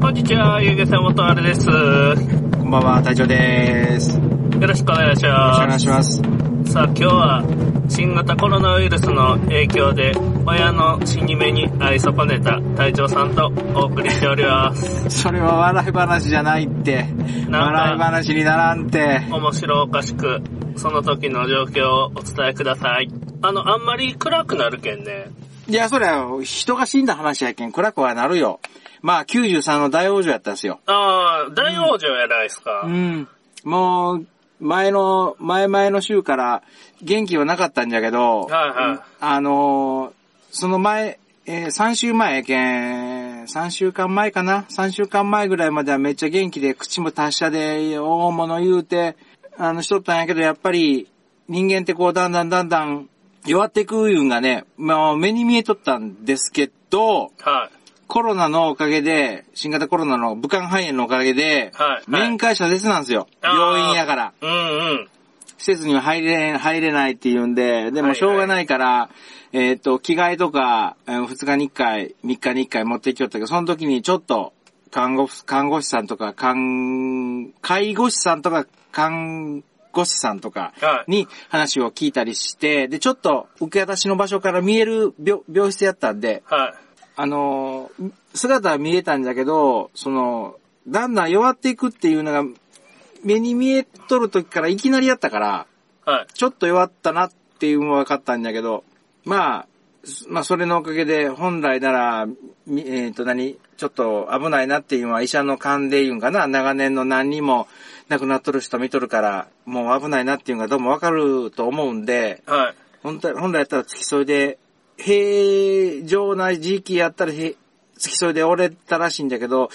こんにちは、ゆうげさん元あれです。よこんばんは、隊長です。よろしくろしくお願いしおま願いします。す。さあ、今日は、新型コロナウイルスの影響で、親の死に目に会い損ねた隊長さんとお送りしております。それは笑い話じゃないって。なんか笑い話にならんって。面白おかしく、その時の状況をお伝えください。あの、あんまり暗くなるけんね。いや、そりゃ、人が死んだ話やけん、暗くはなるよ。まあ、93の大王女やったんすよ。ああ、大往生やないですか。うん。もう、前の、前々の週から元気はなかったんじゃけど、はいはいあのーその前、え3週前やけん、3週間前かな ?3 週間前ぐらいまではめっちゃ元気で口も達者で大物言うて、あの、しとったんやけど、やっぱり人間ってこうだんだんだんだん弱ってくいうんがね、まあ目に見えとったんですけど、はい。コロナのおかげで、新型コロナの武漢肺炎のおかげで、はい面会者ですなんですよ。あー病院やから。うんうん。施設には入れ、入れないって言うんで、ではいはもいしょうがないから、えっ、と、着替えとか、2日に1回、3日に1回持ってきよったけど、その時にちょっと、看護婦、看護師さんとか、看、介護士さんとか、看護師さんとかはいに話を聞いたりして、で、ちょっと受け渡しの場所から見える病病室やったんで、はい。あの、姿は見えたんだけど、その、だんだん弱っていくっていうのが、目に見えとる時からいきなりやったから、はい。ちょっと弱ったなっていうのは分かったんだけど、まあ、すまあそれのおかげで、本来なら、みえっ、と何、ちょっと危ないなっていうのは医者の勘で言うんかな、長年の何人も亡くなっとる人見とるから、もう危ないなっていうのがどうも分かると思うんで、はい。本当本来やったら付き添いで、平常な時期やったらへ付き添いで折れたらしいんだけど、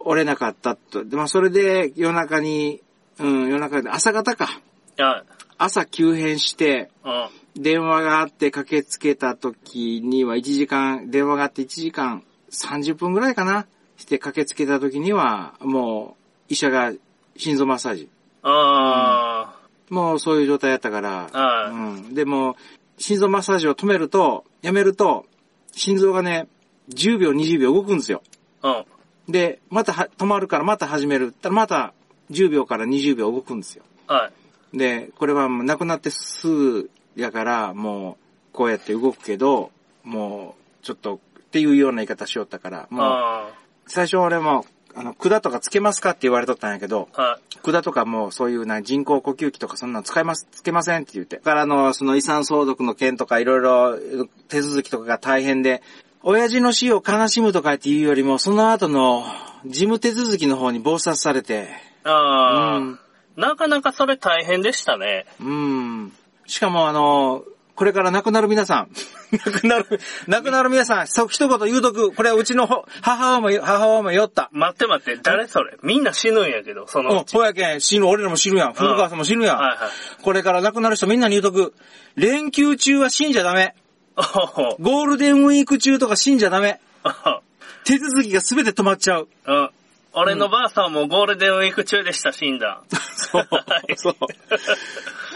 折れなかったと。で、まあそれで夜中に、うん、夜中で、朝方か。はい。朝急変して、うん。電話があって駆けつけた時には1時間、電話があって1時間30分ぐらいかな。して駆けつけた時には、もう医者が心臓マッサージ。あもうそういう状態やったから、あ、はい。うん。でも、心臓マッサージを止めると、やめると、心臓がね、10秒、20秒動くんですよ。うん。で、または止まるからまた始める。たらまた10秒から20秒動くんですよ。はい。で、これはもう亡くなってすぐやから、もう、こうやって動くけど、もう、ちょっと、っていうような言い方しよったから、もう、あ最初俺も、あの、管とかつけますかって言われとったんやけど、あ、はい。管とかもうそういうな人工呼吸器とかそんなの使います、つけませんって言って。だからあの、その遺産相続の件とかいろいろ手続きとかが大変で、親父の死を悲しむとかっていうよりも、その後の事務手続きの方に忙殺されて、うああ、ん。なかなかそれ大変でしたね。うん。しかもあの、これから亡くなる皆さん。 亡くなる、亡くなる皆さん、そ一言言うとく。これはうちのほ母親も、母親も酔った。待って待って、誰それみんな死ぬんやけど、そのうん、うち。そうやけん、死ぬ、俺らも死ぬやん。古川さんも死ぬやん。はいはい。これから亡くなる人みんなに言うとく。連休中は死んじゃダメ。おほゴールデンウィーク中とか死んじゃダメ。ほ手続きが全て止まっちゃう。 うん。俺のばあさんもゴールデンウィーク中でした、死んだ。そうはい そう。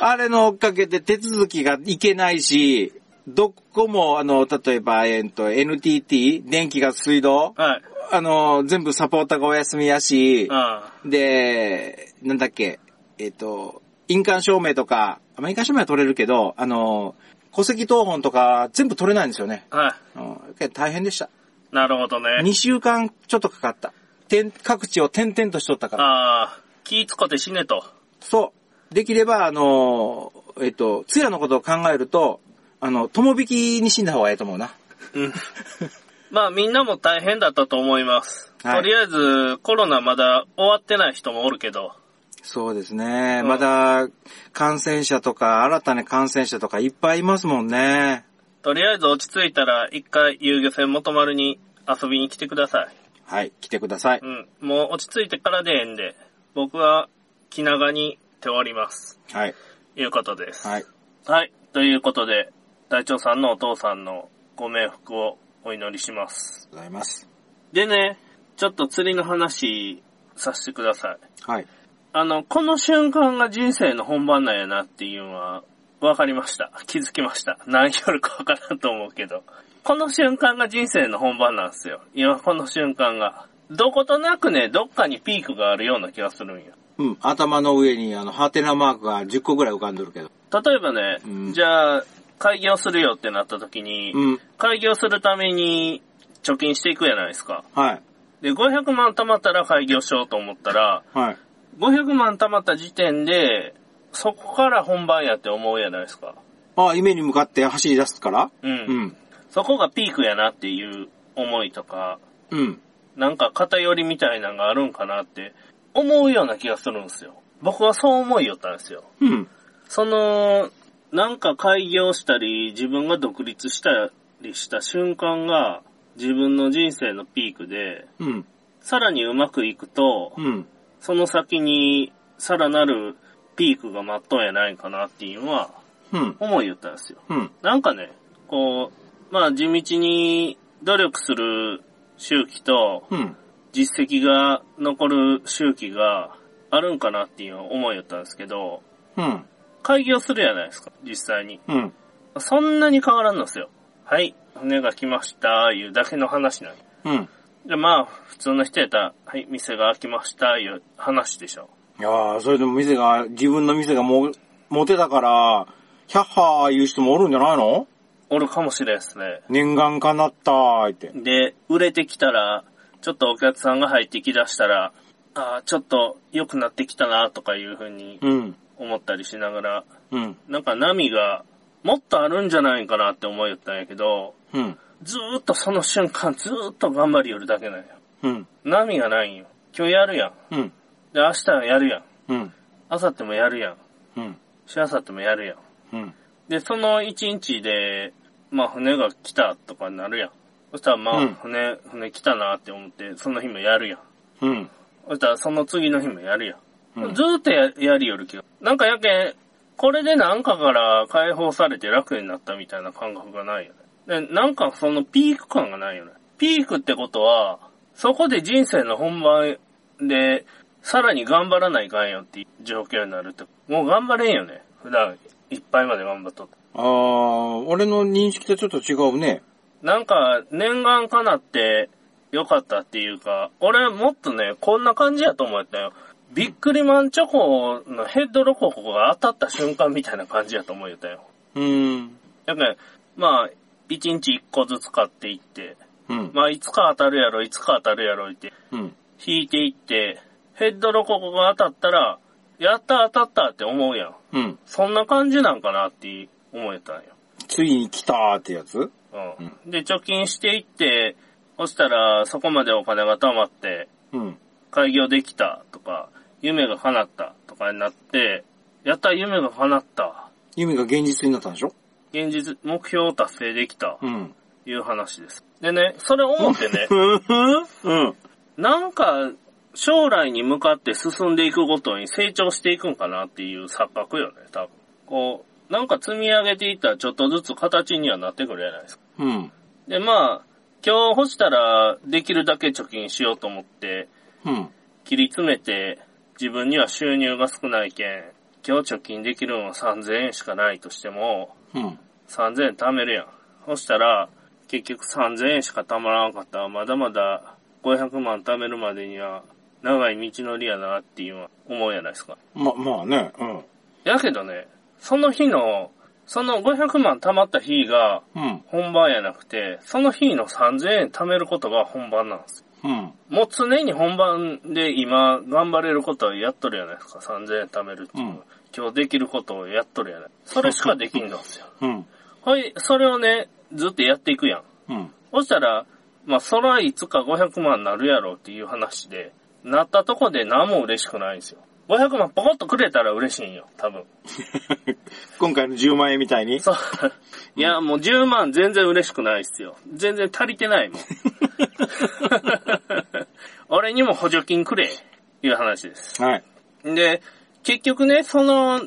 あれのおかげで手続きがいけないし、どこも、あの、例えば、えっと、NTT、電気が水道、はい。あの、全部サポーターがお休みやし、あで、なんだっけ、えっ、と、印鑑証明とか、まあ、印鑑証明は取れるけど、あの、戸籍謄本とか全部取れないんですよね。あ、はうん、けど大変でした。い。なるほどね。 2週間ちょっとかかった。てん各地を転々としとったから。ああ、気ぃつこて死ねと。そう。できれば、あのー、えっと、通夜のことを考えると、あの、友引きに死んだ方がええと思うな。うん。 まあみんなも大変だったと思います。はいとりあえず、コロナまだ終わってない人もおるけど。そうですね。うんまだ、感染者とか、新たな感染者とかいっぱいいますもんね。とりあえず落ち着いたら、一回遊漁船元丸に遊びに来てください。はい、来てください。うん。もう落ち着いてからでええんで、僕は気長に手をおります。はい、いうことです。はい。はい。ということで、隊長さんのお父さんのご冥福をお祈りします。ございます。でね、ちょっと釣りの話させてください。はい。あの、この瞬間が人生の本番なんやなっていうのは、わかりました。気づきました。何夜かわからんと思うけど。この瞬間が人生の本番なんですよ。今この瞬間が。どことなくね、どっかにピークがあるような気がするんや。うん、頭の上にあの、ハテナマークが10個ぐらい浮かんどるけど。例えばね、うんじゃあ、開業するよってなった時に、うん、開業するために貯金していくじゃないですか。はい、で、500万貯まったら開業しようと思ったら、はい。 500万貯まった時点で、そこから本番やって思うじゃないですか。ああ、夢に向かって走り出すからうん。うん、そこがピークやなっていう思いとか、うん。なんか偏りみたいなのがあるんかなって思うような気がするんですよ。僕はそう思いよったんですよ。うん。その、なんか開業したり、自分が独立したりした瞬間が、自分の人生のピークで、うん。さらにうまくいくと、うん。その先にさらなるピークが待っとんやないかなっていうのは、うん。思い言ったんですよ。うん。なんかね、こう、まあ地道に努力する周期と、うん。実績が残る周期があるんかなっていうのは思いよったんですけど、うん。開業するじゃないですか、実際に。うん。そんなに変わらんのですよ。はい、船が来ました、いうだけの話なんようん。で、まあ、普通の人やったら、はい、店が開きました、いう話でしょ。いやーそれでも店が、自分の店がもう、モテたから、ヒャッハー言う人もおるんじゃないのおるかもしれんですね。念願かなったーって。で、売れてきたら、ちょっとお客さんが入ってきだしたら、あーちょっと良くなってきたな、とかいうふうにうん。思ったりしながら、うん。なんか波がもっとあるんじゃないかなって思いよったんやけど、うん。ずーっとその瞬間ずーっと頑張りよるだけなんよ。うん。波がないんよ。今日やるやん。うん。で、明日やるやん。うん。明後日もやるやん。うん。し明後日もやるやん。うん。で、その一日で、まあ船が来たとかになるやん。そしたらまうあん船、船来たなって思って、その日もやるやん。うん。そしたらその次の日もやるやん。うんずーっとややりよる気が。なんかやけん、これでなんかから解放されて楽になったみたいな感覚がないよね。で、なんかそのピーク感がないよね。ピークってことは、そこで人生の本番で、さらに頑張らないかんよっていう状況になるって。もう頑張れんよね。普段、いっぱいまで頑張っとった。あー、俺の認識とちょっと違うね。なんか、念願かなって、良かったっていうか、俺もっとね、こんな感じやと思ったよ。ビックリマンチョコのヘッドロココが当たった瞬間みたいな感じやと思ったよ。うん。やけん、まあ、一日一個ずつ買っていって、うん。まあ、いつか当たるやろ、いつか当たるやろって、うん。引いていって、ヘッドロココが当たったら、やった当たったって思うやん。うん。そんな感じなんかなって思えたんよ。ついに来たーってやつうん。で、貯金していって、そしたら、そこまでお金が貯まって、うん。開業できたとか、夢が叶ったとかになって、やった夢が叶った。夢が現実になったんでしょ現実、目標を達成できた、うん。いう話です。でね、それ思って ね、うん。なんか、将来に向かって進んでいくごとに成長していくんかなっていう錯覚よね、多分。こう、なんか積み上げていったらちょっとずつ形にはなってくるじゃないですか。うん。で、まあ、今日干したら、できるだけ貯金しようと思って、うん。切り詰めて、自分には収入が少ないけん、今日貯金できるのは3000円しかないとしても、うん。 3000円貯めるやん。そしたら、結局3000円しか貯まらなかったら、まだまだ500万貯めるまでには、長い道のりやなっていうのは思うじゃないですか。ま、まあね。うん。やけどね、その日の、その500万貯まった日がうん。本番やなくて、その日の3000円貯めることが本番なんですようん。もう常に本番で今頑張れることをやっとるじゃないですか。3000円貯めるっていうのは、うん今日できることをやっとるやない。それしかできんのですよ。うん。 はい、それをね、ずっとやっていくやん。うん。そしたら、まあ、そらいつか500万なるやろうっていう話で、なったとこで何も嬉しくないんですよ。500万ポコッとくれたら嬉しいんよ、多分。今回の10万円みたいに。そう。いや、もう10万全然嬉しくないっすよ。全然足りてないもん。俺にも補助金くれ、いう話です。はい。で、結局ね、その、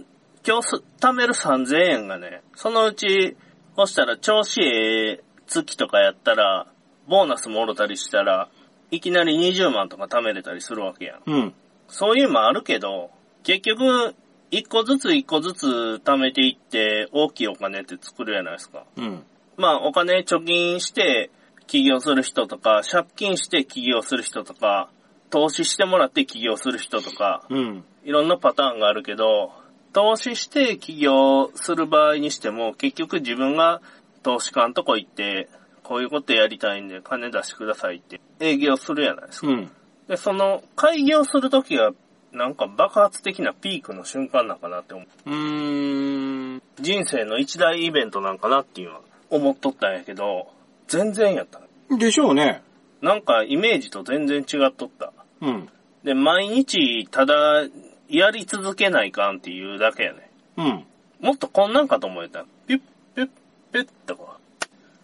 今日す貯める3000円がね、そのうち、そしたら調子ええ月とかやったら、ボーナスもろたりしたら、いきなり20万とか貯めれたりするわけやん。うん。そういうのもあるけど、結局、一個ずつ一個ずつ貯めていって、大きいお金って作るじゃないですか。うん。まあ、お金貯金して、起業する人とか、借金して起業する人とか、投資してもらって起業する人とか、うん。いろんなパターンがあるけど、投資して起業する場合にしても、結局自分が投資家のとこ行って、こういうことやりたいんで金出してくださいって営業するやないですか。うん。で、その開業するときがなんか爆発的なピークの瞬間なんかなって思う。うーん。人生の一大イベントなんかなっていうのは思っとったんやけど、全然やったね。でしょうね。なんかイメージと全然違っとった。うん。で、毎日ただやり続けないかんっていうだけやね。うん。もっとこんなんかと思えた。ピュッ、ピュッ、ピュッとか。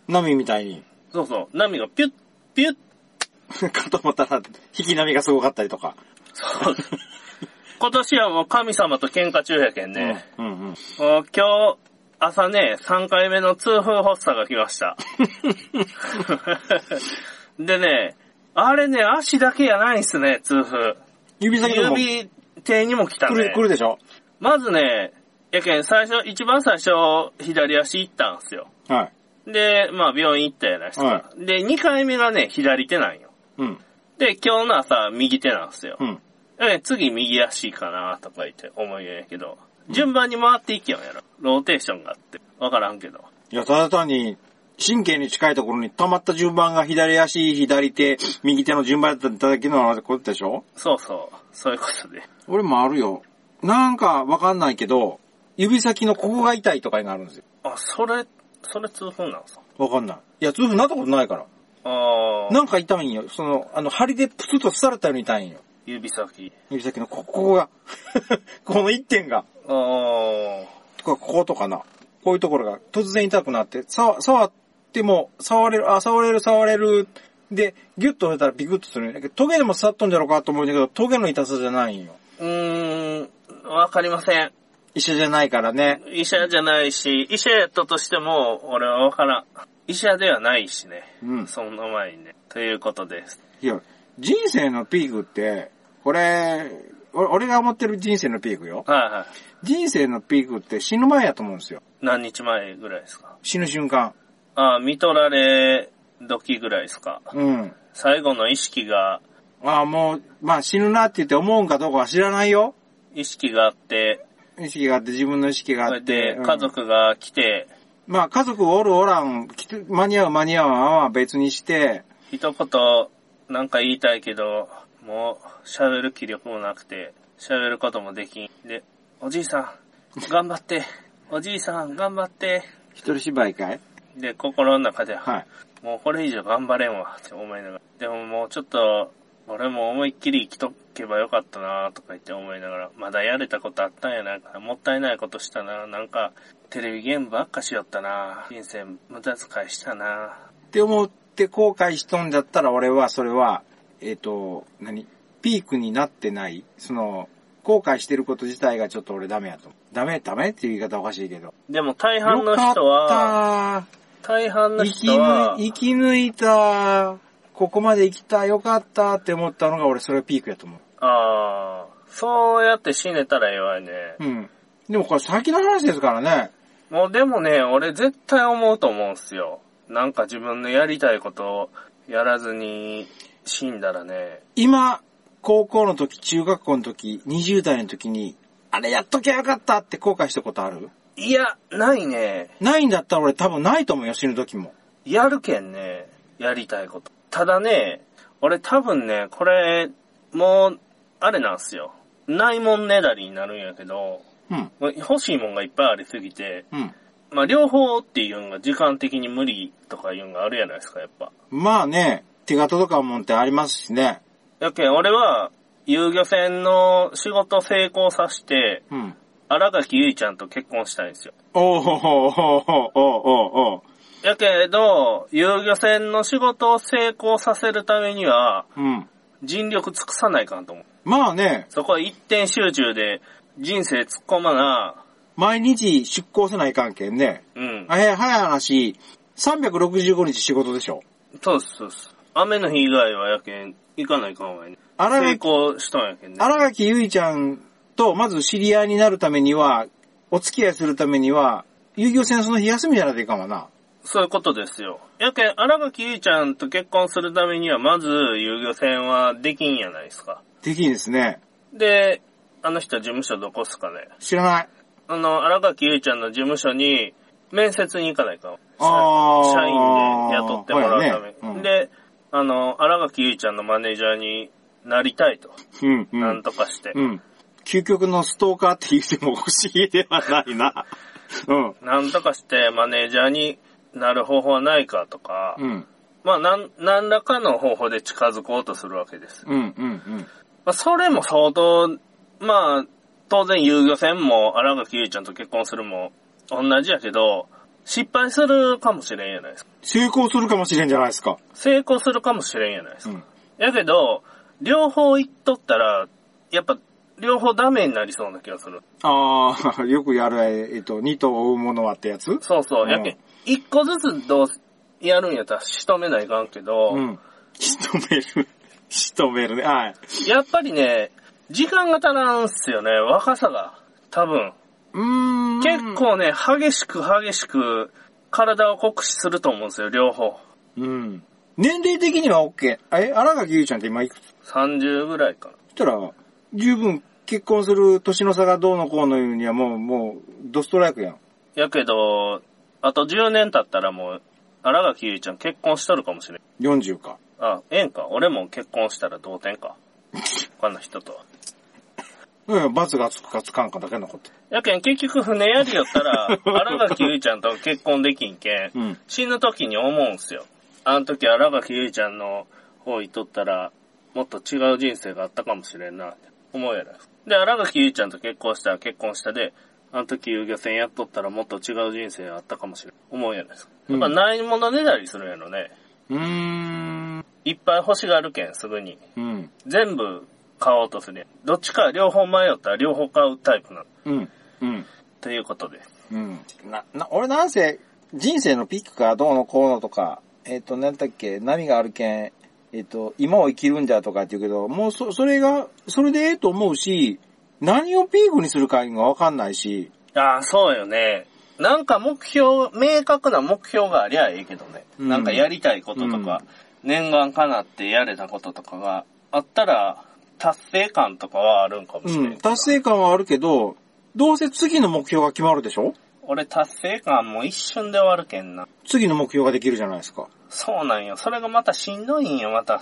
波みたいに。 そうそう。波がピュッ、ピュッ。かと思ったら、引き波がすごかったりとか。そう。今年はもう神様と喧嘩中やけんね。うんうん。もう今日、朝ね、3回目の痛風発作が来ま した。でね、あれね、足だけやないんすね、痛風。指先のも来指、手にも来たる、ね来。るでしょまずね、やけん最初、一番最初、左足行ったんすよ。はい。で、まあ病院行ったやないですか。はで、2回目がね、左手なんよ。うん。で、今日の朝、右手なんですよう。ん。え、次右足かなとか言って思いやんやけど、順番に回っていきよんやろ。ローテーションがあって。わからんけど。いや、ただ単に、神経に近いところに溜まった順番が左足、左手、右手の順番だっただけのことでしょそうそう。そういうことで。俺もあるよ。なんかわかんないけど、指先のここが痛いとかになるんですよ。あ、それ、それ痛風なんすかわかんない。いや、痛風なったことないから。ああ。なんか痛いんよ。その、あの、針でプツッと刺されたように痛いんよ。指先。指先のここここが、 この一点が、ああ。とかこことかな。こういうところが突然痛くなって、触触っても、触れる、あ、触れる、触れる。で、ギュッと触れたらビクッとするんやけど、トゲでも刺さっとんじゃろうかと思うんだけど、トゲの痛さじゃないんよ。うーん、わかりません。医者じゃないからね。医者じゃないし、医者やったとしても、俺はわからん。医者ではないしね。うんそんな前にね。ということです。いや、人生のピークって、これ、お俺が思ってる人生のピークよ。はいはい。人生のピークって死ぬ前やと思うんですよ。何日前ぐらいですか死ぬ瞬間。ああ、見とられ時ぐらいですか。うん。最後の意識が、ああ、もう、まあ死ぬなって言って思うんかどうかは知らないよ。意識があって、意識があって、自分の意識がこうあやっ。っててうん家族が来て、まあ家族おるおらん、きつ間に合う間に合わんは別にして、一言なんか言いたいけど、もう喋る気力もなくて、喋ることもできん。で、おじいさん、頑張って、おじいさん、頑張って。一人芝居かいで、心の中で、はい。もうこれ以上頑張れんわって思いながら。でももうちょっと、俺も思いっきり生きとけばよかったなとか言って思いながら、まだやれたことあったんやないかな、もったいないことしたななんか、テレビゲームばっかしよったな人生無駄遣いしたなって思って後悔しとんだったら俺はそれは、えっ、と、何ピークになってない、その、後悔してること自体がちょっと俺ダメやと思う。ダメダメっていう言い方おかしいけど。でも大半よの人は、かっ大半たの生き人は抜い、生き抜いた、ここまで生きた、よかったって思ったのが俺それはピークやと思う。ああ、そうやって死ねたら弱いね。うん。でもこれ先の話ですからね。もうでもね、俺絶対思うと思うんすよ。なんか自分のやりたいことをやらずに死んだらね、今、高校の時、中学校の時、20代の時に、あれやっときゃよかったって後悔したことあるいや、ないね。ないんだったら俺多分ないと思うよ、死ぬ時も。やるけんね。やりたいこと。ただね、俺多分ね、これ、もう、あれなんすよ。ないもんねだりになるんやけど、うん。もう欲しいもんがいっぱいありすぎて、うん。まあ両方っていうのが時間的に無理とかいうのがあるやないですか、やっぱ。まあね、手が届かんもんってありますしね。やけん俺は、遊漁船の仕事成功させて、うん。荒垣結衣ちゃんと結婚したいんですよ。おーほほほほほほほやけど、遊漁船の仕事を成功させるためには、うん。尽力尽くさないかんと思う。まあね、そこは一点集中で人生突っ込まな、毎日出向せない関係ね。うん。あれ、早い話、365日仕事でしょ。そうです、そうです。雨の日以外はやけん、行かないかんわいね。荒成垣、功したんやけんね。荒垣結衣ちゃんとまず知り合いになるためには、お付き合いするためには、遊漁船その日休みじゃないといかんわな。そういうことですよ。やけん、荒垣結衣ちゃんと結婚するためには、まず遊漁船はできんやないですか。できんですね。で、あの人事務所どこっすかね。知らない。あの、荒垣結衣ちゃんの事務所に、面接に行かないかん。あー社員で雇ってもらうために。ほらねうんで、あの、荒垣結衣ちゃんのマネージャーになりたいと。うん、うなんん。とかして。うん。究極のストーカーって言っても欲しいではない な。うん。なんとかしてマネージャーになる方法はないかとか、うん。まあ、なん、何らかの方法で近づこうとするわけです。うん、うん、まあ、それも相当、まあ、当然遊漁船も荒垣結衣ちゃんと結婚するも同じやけど、失敗するかもしれんやないですか。成功するかもしれんじゃないですか。成功するかもしれんやないですうか。ん。やけど、両方言っとったら、やっぱ、両方ダメになりそうな気がする。ああ、 よくやる、えっと、二頭追うものはってやつそうそうう。んやけん、一個ずつどうやるんやったら仕留めないかんけど、 うん。仕留める。仕留めるね。はい。やっぱりね、時間が足らんすよね、若さが。多分。うーん。結。構ね、激しく激しく体を酷使すると思うんですよ、両方。うん。年齢的には OK。え、荒垣結衣ちゃんって今いくつ30ぐらいかな。そしたら、十分結婚する年の差がどうのこうのいうにはもう、もう、ドストライクやん。やけど、あと10年経ったらもう、荒垣結衣ちゃん結婚しとるかもしれん。 40か。あ、ええんか。俺も結婚したら同点か。他の人と。うん、罰がつくかつかんかだけのこと。やけん、結局船やりよった ら、荒垣結衣ちゃんと結婚できんけん、うん死ぬ時に思うんすよ。あの時荒垣結衣ちゃんの方いとったら、もっと違う人生があったかもしれんな、って思うやないですか。で、荒垣結衣ちゃんと結婚したら結婚したで、あの時遊漁船やっとったらもっと違う人生があったかもしれん、思うやないですか。やっぱないものねだりするんやろね。うーん。いっぱい欲しがるけん、すぐに。うん。全部買おうとするやん。どっちか両方迷ったら両方買うタイプなの、うん。うん。ということです。うん。な、な、俺なんせ、人生のピークがどうのこうのとか、えっ、と、なんだっけ、波があるけん、えっ、と、今を生きるんじゃとかって言うけど、もうそ、それが、それでええと思うし、何をピークにするかがわかんないし、ああ、そうよね。なんか目標、明確な目標がありゃええけどね。うんなんかやりたいこととか、念願かなってやれたこととかがあったら、達成感とかはあるんかもしれうんけど、ん、達成感はあるけど、どうせ次の目標が決まるでしょ俺達成感も一瞬で終わるけんな。次の目標ができるじゃないですか。そうなんよ。それがまたしんどいんよ、また。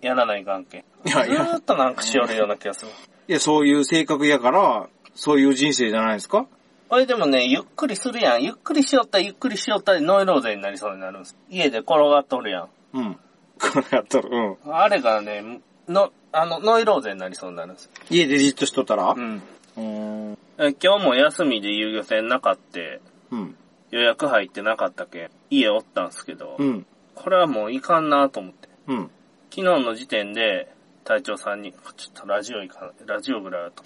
やらない関係。いずやいーやっ、となんかしよるような気がする。いや、そういう性格やから、そういう人生じゃないですか俺でもね、ゆっくりするやん。ゆっくりしよったらゆっくりしよったらノイローゼになりそうになるんです。家で転がっとるやん。うん。 これやったら、うん。あれがね、の、あの、ノイローゼになりそうになるんですよ。家でじっとしとったらうん。うん。え今日も休みで遊漁船なかって、うん。予約入ってなかったけん、家おったんすけど、うん。これはもういかんなと思って。うん。昨日の時点で、隊長さんに、ちょっとラジオいかない、ラジオぐらいだと。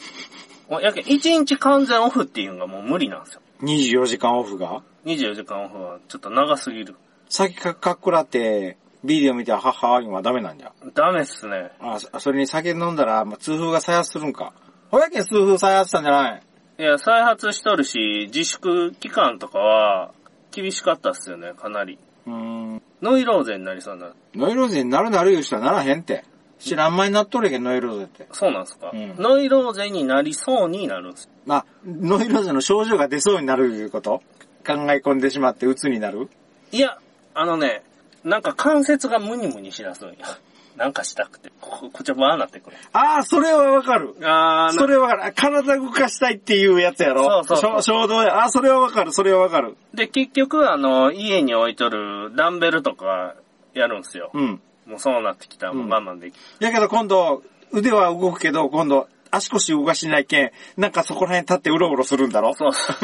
もうやけん、1日完全オフっていうのがもう無理なんですよ。 24時間オフが24時間オフはちょっと長すぎる。先かかっくらって、ビデオ見て、はっはーいうのはダメなんじゃ。ダメっすね。あ、そそれに酒飲んだら、まあ、痛風が再発するんか。ほやけん痛風再発したんじゃないいや、再発しとるし、自粛期間とかは、厳しかったっすよね、かなり。うーん。ノイローゼになりそうになる。ノイローゼになるなるいう人はならへんって。知らんまになっとるやけん、ノイローゼって。そうなんですか、うんノイローゼになりそうになるんです。まあ、ノイローゼの症状が出そうになるいうこと考え込んでしまって、鬱になるいや、あのね、なんか関節がムニムニしだすんや。 なんかしたくて。ここ、こっちはバーなってくる。ああ、それはわかる。あそれはわかる。体動かしたいっていうやつやろ。そうそうそうしょ衝動や。ああ、それはわかる。それはわかる。で、結局、あの、家に置いとるダンベルとかやるんすよ。うん。もうそうなってきたらもう我慢できる。やけど今度、腕は動くけど、今度、足腰動かしないけん、なんかそこら辺立ってうろうろするんだろそうそう。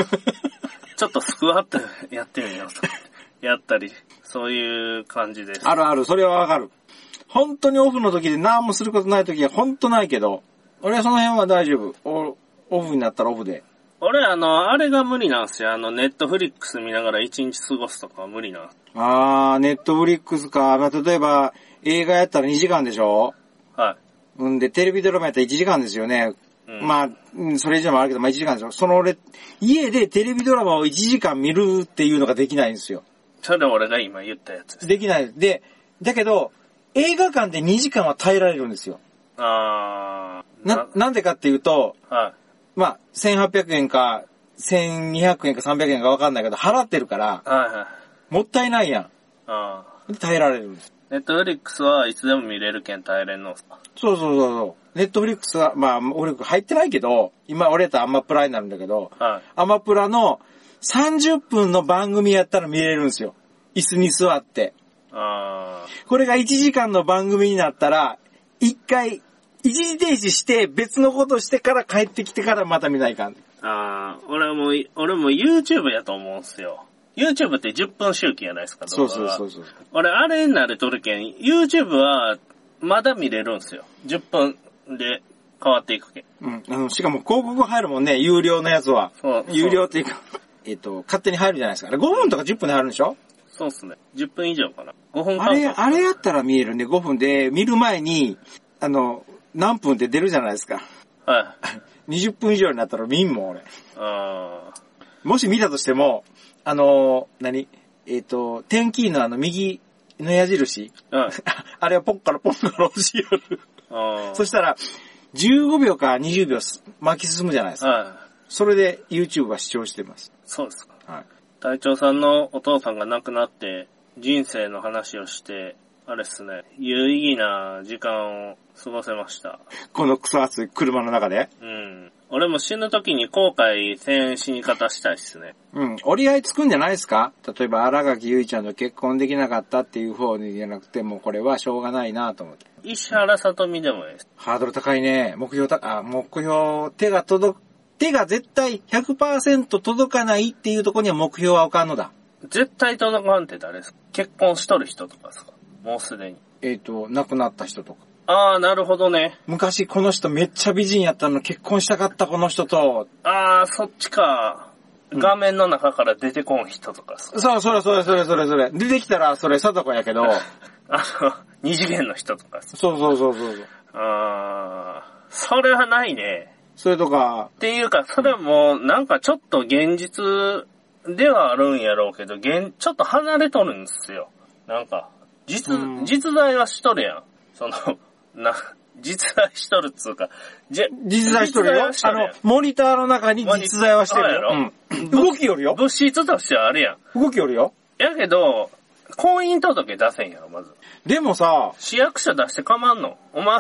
ちょっとスクワットやってみようと思って。やったり、そういう感じです。あるある、それはわかる。本当にオフの時で何もすることない時は本当ないけど、俺はその辺は大丈夫。おオフになったらオフで。俺、あの、あれが無理なんすよ。あの、ネットフリックス見ながら一日過ごすとかは無理なんすあー、ネットフリックスか。まあ、例えば、映画やったら2時間でしょはうんで、テレビドラマやったら1時間ですよね。い。うん、まあ、うんそれ以上もあるけど、まあ1時間でしょ。その俺、家でテレビドラマを1時間見るっていうのができないんですよ。それ俺が今言ったやつです。できない。で、だけど、映画館で2時間は耐えられるんですよ。あー。な、なんでかっていうと、はまあ、1800円か、1200円か300円かわかんないけど、払ってるからい。、はいはい。もったいないやあん。で耐えられるんです。ー。ネットフリックスはいつでも見れるけん耐えれんのっすかそうそうそうそう。ネットフリックスは、まあ、俺入ってないけど、今俺やったらアマプラになるんだけど、はい。アマプラの30分の番組やったら見れるんですよ。椅子に座って。あこれが1時間の番組になったら、一回、一時停止して別のことしてから帰ってきてからまた見ないかん。ー。あー、俺も、俺も YouTube やと思うんすよ。YouTube って10分周期やないですか、動そう画そうがそうそう。俺、あれになれとるけん、YouTube は、まだ見れるんすよ。10分で変わっていくけん。うん。あの、しかも広告入るもんね、有料のやつは。そう有料っていうか、 えっと、勝手に入るじゃないですか。あれ5分とか10分で入るんでしょそうっすね。10分以上かな。5分間あれ、あれやったら見えるね、5分で、見る前に、あの、何分って出るじゃないですか。はい。 20分以上になったら見んもん、俺。あー。もし見たとしても、あの、何えっ、と、天気のあの右の矢印。 うん。あれはポッからポッから押し寄る。あー そしたら、15秒か20秒す巻き進むじゃないですか。はい。それで YouTube は視聴してます。そうですか。はい。隊長さんのお父さんが亡くなって、人生の話をして、あれっすね、有意義な時間を過ごせました。このクソ熱い車の中で。うん。俺も死ぬ時に後悔せん死に方したいっすね。うん。折り合いつくんじゃないですか例えば、荒垣結衣ちゃんと結婚できなかったっていう方にじゃなくて、もうこれはしょうがないなと思って。石原さとみでもいいです。ハードル高いね。目標た、あ、目標、手が届く、手が絶対100%届かないっていうところには目標は浮かんのだ。絶対届かんって誰ですか結婚しとる人とかですかもうすでに。えっ、と、亡くなった人とか。あー、なるほどね。昔この人めっちゃ美人やったの、結婚したかったこの人と。あー、そっちか。画面の中から出てこん人とかっすか、そう、それそれそれそれそれ。出てきたらそれ貞子やけど。 あの、二次元の人とかっす そうそうそうそうそう。あー、それはないね。それとかっ、ていうか、それはもう、なんかちょっと現実ではあるんやろうけど、現、ちょっと離れとるんですよ。なんか、実う、ん実在はしとるやん。その、 な、実在しとるっつうか、じ実在しとるよ。実在はしあとるのやん、モニターの中に実在はしてるよ。うん。動きよるよ。物質としてはあるやん。動きよるよ。やけど、婚姻届出せんやろ、まず。でもさ、市役所出して構わんの。お前、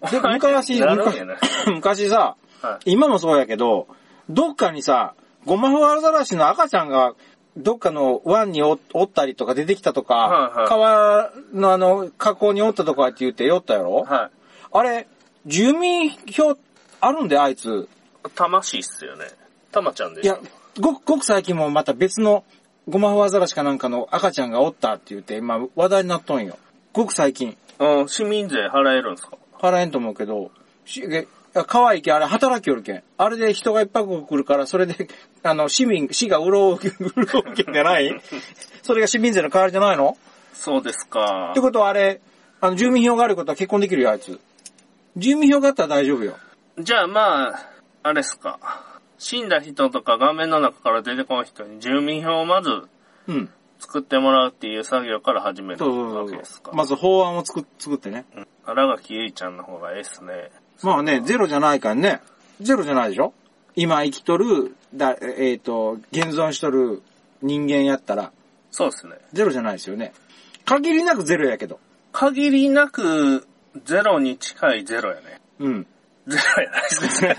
おで前、昔、なるんやな、昔 昔さ、は今もそうやけど、どっかにさ、ゴマフアザラシの赤ちゃんが、どっかの湾におおったりとか出てきたとか、はいはい川のあの、河口におったとかって言って酔ったやろ、はあれ、住民票あるんで、あいつ。い。魂っすよね。たまちゃんでいしょや、ごく、ごく最近もまた別のゴマフアザラシかなんかの赤ちゃんがおったって言って、今話題になっとんよ。ごく最近。うん、市民税払えるんすか払えんと思うけど、しえいや可愛いけん、あれ働きよるけん。あれで人がいっぱい来るから、それで、あの、市民、市が潤うけん、潤うけんじゃないそれが市民税の代わりじゃないのそうですかって。ことはあれ、あの、住民票があることは結婚できるよ、あいつ。住民票があったら大丈夫よ。じゃあまあ、あれっすか。死んだ人とか画面の中から出てこん人に住民票をまずうん。作ってもらうっていう作業から始めるそうそわうけそうですそかう。。まず法案を作っ、作ってね。うん新垣結衣ちゃんの方がええっすね。まあね、ゼロじゃないからね。ゼロじゃないでしょ今生きとる、だ、えっ、と、現存しとる人間やったら、そうですね。ゼロじゃないですよね。限りなくゼロやけど。限りなくゼロに近いゼロやね。うん。 ゼロやないっすね。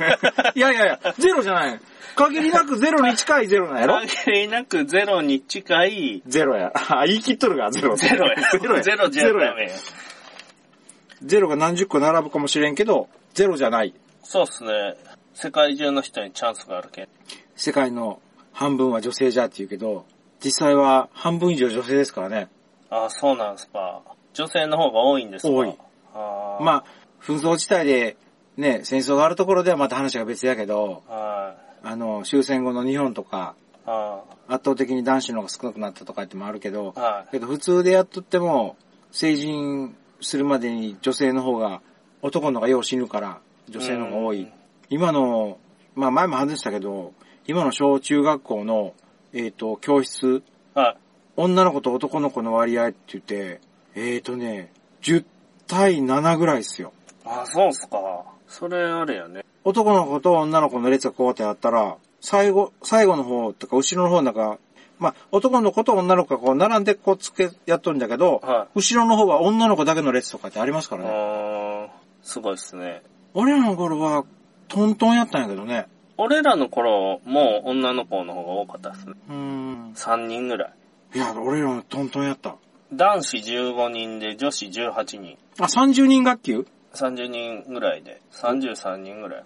いやいやいや、ゼロじゃない。限りなくゼロに近いゼロなんやろ限りなくゼロに近いゼロや。あ、言い切っとるが、ゼロ。ゼロや。 ゼロや。ゼロじゃゼロダや。メや。ゼロが何十個並ぶかもしれんけど、ゼロじゃない。そうっすね。世界中の人にチャンスがあるけん。世界の半分は女性じゃって言うけど、実際は半分以上女性ですからね。ああ、そうなんすか。女性の方が多いんですか多い。ああ。まあ、紛争地帯で、ね、戦争があるところではまた話が別やけど、はい。あの、終戦後の日本とか、あ圧倒的に男子の方が少なくなったとかってもあるけど、あ、はい。けど普通でやっとっても、成人するまでに女性の方が、男の方がよう死ぬから、女性の方が多ういん。今の、まあ前も外したけど、今の小中学校の、えっ、と、教室、は女の子と男の子の割合って言って、えーとね、10対7ぐらいですよ。あ、そうっすか。それあれやね。男の子と女の子の列がこうやってあったら、最後、最後の方とか後ろの方なんか、まあ、男の子と女の子がこう並んでこうつけ、やっとるんだけど、は後ろの方は女の子だけの列とかってありますからい。ね。あーすごいっすね。俺らの頃は、トントンやったんやけどね。俺らの頃、もう女の子の方が多かったっすね。うーん。 3人ぐらい。いや、俺らのトントンやった。男子15人で女子18人。あ、30人学級30人ぐらいで、33人ぐらい。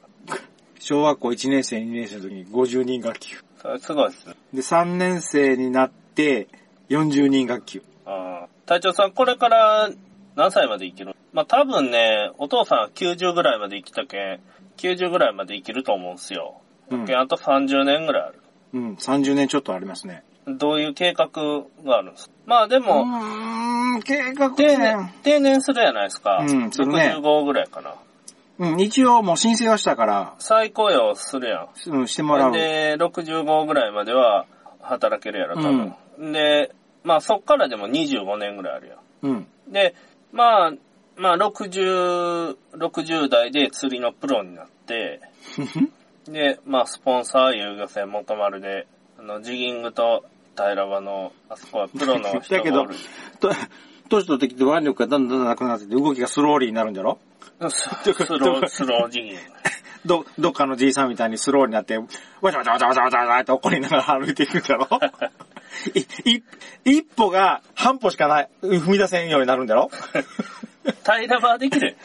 小学校1年生、2年生の時に50人学級。それすごいっすね。で、3年生になって、40人学級。あー隊長さん、これから何歳まで生きるまあ、多分ね、お父さんは90ぐらいまで生きたけん、90ぐらいまで生きると思うんすよ。うんけん、あと30年ぐらいある。うん、30年ちょっとありますね。どういう計画があるんですかまあでうも、ーん、計画定で年ね。、定年するやないですか。うんするね65ぐらいかな。うん、一応もう申請はしたから、再雇用するやうん、してもらん。う。で、65ぐらいまでは働けるやろ、多分。で、まあそっからでも25年ぐらいあるやうん。ん。で、まあ、まあ60、60代で釣りのプロにな って、で、まあスポンサー遊漁船元丸で、あの、ジギングと平場の、あそこはプロの人 だけがおどる。と、年取ってきて腕力がだんだんだんなくなってて動きがスローリーになるんだろスロー、スロージギング。ど、どっかのじいさんみたいにスローになって、わちゃわちゃわちゃわちゃわちゃわちゃって怒りながら歩いていくんだろい、い、一歩が半歩しかない、踏み出せんようになるんだろ平場はできる。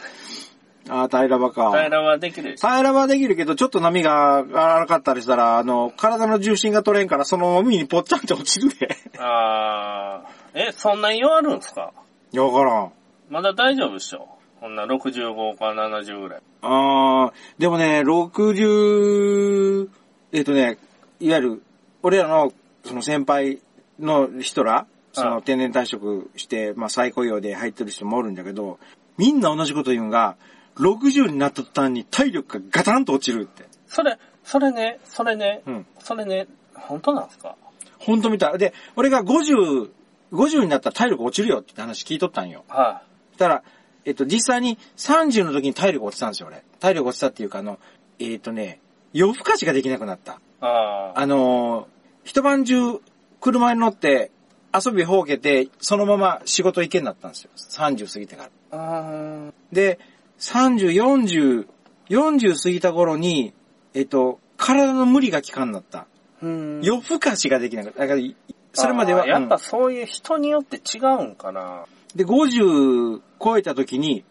あ あ、平場か。平場はできる。平らはできるけど、ちょっと波が荒かったりしたら、あの、体の重心が取れんから、その海にぽっちゃんって落ちるで。あー、え、そんなに弱るんすかいや、わからん。まだ大丈夫っしょこんな65か70ぐらい。あー、でもね、60、えっ、とね、いわゆる、俺らの、その先輩の人ら、そあのあ定年退職して、まあ再雇用で入ってる人もおるんだけど、みんな同じこと言うんが、60になった途端に体力がガタンと落ちるって。それ、それね、それね、うん。それね、本当なんすか本当みたい。で、俺が50、50になったら体力落ちるよって話聞いとったんよ。はたら、えっと、実際に30の時に体力落ちたんですよ、俺。体力落ちたっていうか、あの、えっとね、夜更かしができなくなった。い。あー、あのー一晩中、車に乗って、遊びほうけて、そのまま仕事行けになったんですよ。30過ぎてから。うーん、で、30、40、40過ぎた頃に、えっと、体の無理が効かんなった。うん。夜更かしができなかった。だから、それまであは、ーやっうぱんそういう人によって違うんかな。で、50超えた時に、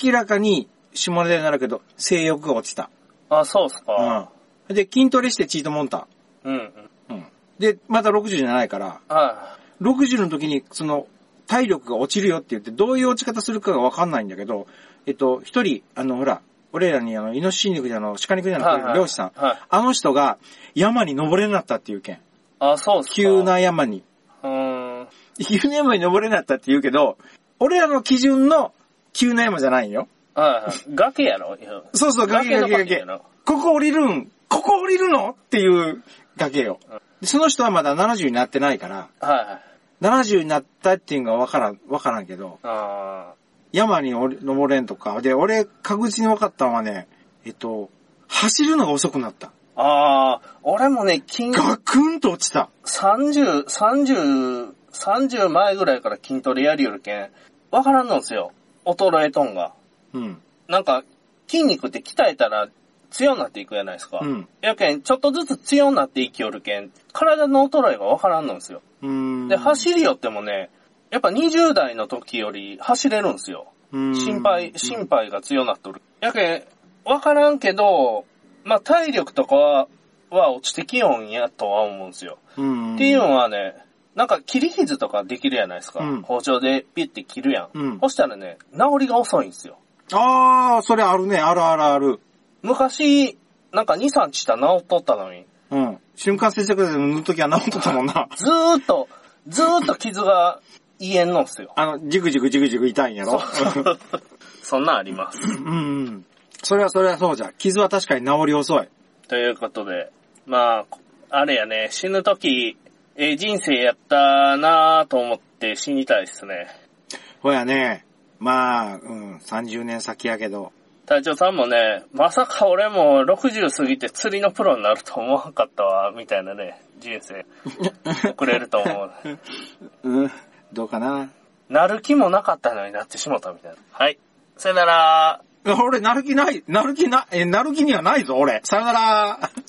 明らかに下ネタになるけど、性欲が落ちた。あ、そうっすか。うん。で、筋トレしてチートモンタ。うん。うん。うん。で、また60じゃないから、あ60の時に、その、体力が落ちるよって言って、どういう落ち方するかがわかんないんだけど、えっと、一人、あの、ほら、俺らに、あの、イノシシ肉じゃの、鹿肉じゃーの、はいはい漁師さん。はい。あの人が、山に登れなったっていう件。あ、そうっすか。急。な山に。うーん。急な山に登れなったって言うけど、俺らの基準の急な山じゃないんよ。はいはい。崖やろいやそうそう、崖崖の崖崖や崖。ろここ降りるんここ降りるのっていう崖よ。でその人はまだ70になってないから、はいはい。 70になったっていうのがわからん、わからんけど、あ山に降り登れんとか、で、俺確実に分かったのはね、えっと、走るのが遅くなった。ーあー、俺もね、筋ガクンと落ちた。 30、30、30前ぐらいから筋トレやりよるけん、わからんのんすよ。衰えとんが。うん。なんか、筋肉って鍛えたら強になっていくやないですか。うん。やけん、ちょっとずつ強になっていきよるけん、体の衰えがわからんのんすよ。うーん。で、走りよってもね、やっぱ20代の時より走れるんすよ。うん、心配、心配が強なっとる。やけん、わからんけど、まあ、体力とかは、は落ちてきよんやとは思うんすよ。うん。っていうのはね、なんか切り傷とかできるやないですか。うん包丁でピッて切るやん。うんそしたらね、治りが遅いんですよ。あー、それあるね。あるあるある。昔、なんか2、3したら治っとったのに、。うん。瞬間接着剤塗るときは治っとったもんな ずーっと、ずーっと傷が癒えんのっすよ。あの、ジグジグジグジグ痛いんやろ。 そんなんあります。うんうん。それはそれはそうじゃ。傷は確かに治り遅い。ということで、まあ、こあれやね、死ぬ時ええ人生やったなぁと思って死にたいっすね。ほやね、まあ、うん、30年先やけど。隊長さんもね、まさか俺も60過ぎて釣りのプロになると思わんかったわ、みたいなね、人生、送れると思 う。うん、どうかな。なる気もなかったのになってしもたみたいな。はい。さよなら。俺、なる気ない、なる気な、え、なる気にはないぞ、俺。さよなら。